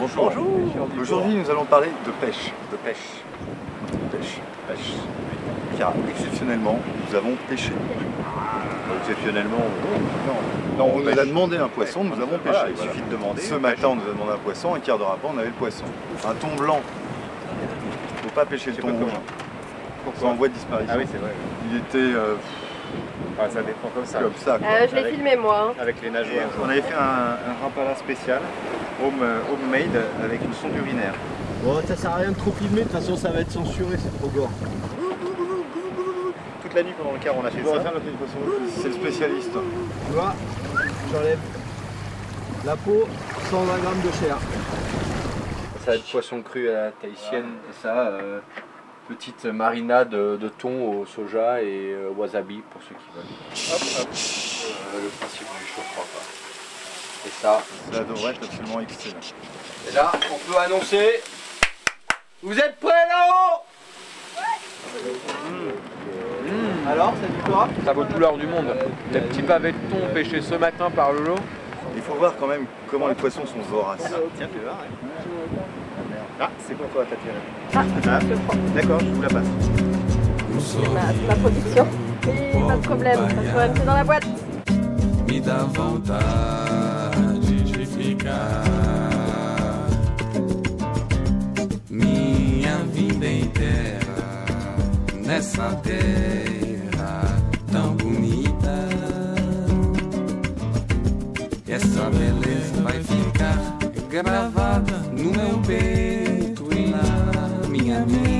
Bonjour. Aujourd'hui, nous allons parler de pêche. De pêche. De pêche. Pêche. Car exceptionnellement, nous avons pêché. Ah. Exceptionnellement, Non, on nous a demandé un poisson, nous avons pêché. il suffit de demander. Ce matin, on nous a demandé un poisson, un quart d'heure après, on avait le poisson. Un thon blanc. Il ne faut pas pêcher le Je sais thon pas rouge. C'est en voie de disparition. Ah oui, c'est vrai. Il était euh, Ah, ça dépend comme ça. comme ça. quoi. Euh, je l'ai filmé moi. hein. Avec les nageoires. On avait fait un, un rapala spécial, home, euh, homemade, avec une sonde urinaire. Bon, ça sert à rien de trop filmer, de toute façon ça va être censuré, c'est trop gore. Toute la nuit pendant le quart, on a fait ça. C'est le spécialiste. Tu vois, j'enlève la peau, 120 grammes de chair. Ça va être poisson cru à la tahitienne et ça, euh, petite marinade de thon au soja et euh, wasabi pour ceux qui veulent. Euh, le principe du chaud-froid. quoi. Et ça. Ça devrait être absolument excellent. Et là, on peut annoncer. Vous êtes prêts là-haut Alors, ça dit quoi Hmm. Ça vaut tout l'or du monde. Les petits pavés de thon pêchés ce matin par Lolo. Il faut voir quand même comment les poissons sont voraces. Tiens, tu vas voir. Ah, c'est pour toi, t'as tiré. Ah, D'accord, je vous la passe. Ma, ma production. Oui, pas de problème. Pas de problème, c'est dans la boîte. Me dá vontade de ficar minha vida inteira nessa terra tão bonita. Essa beleza vai ficar gravada no meu peito e na minha mente.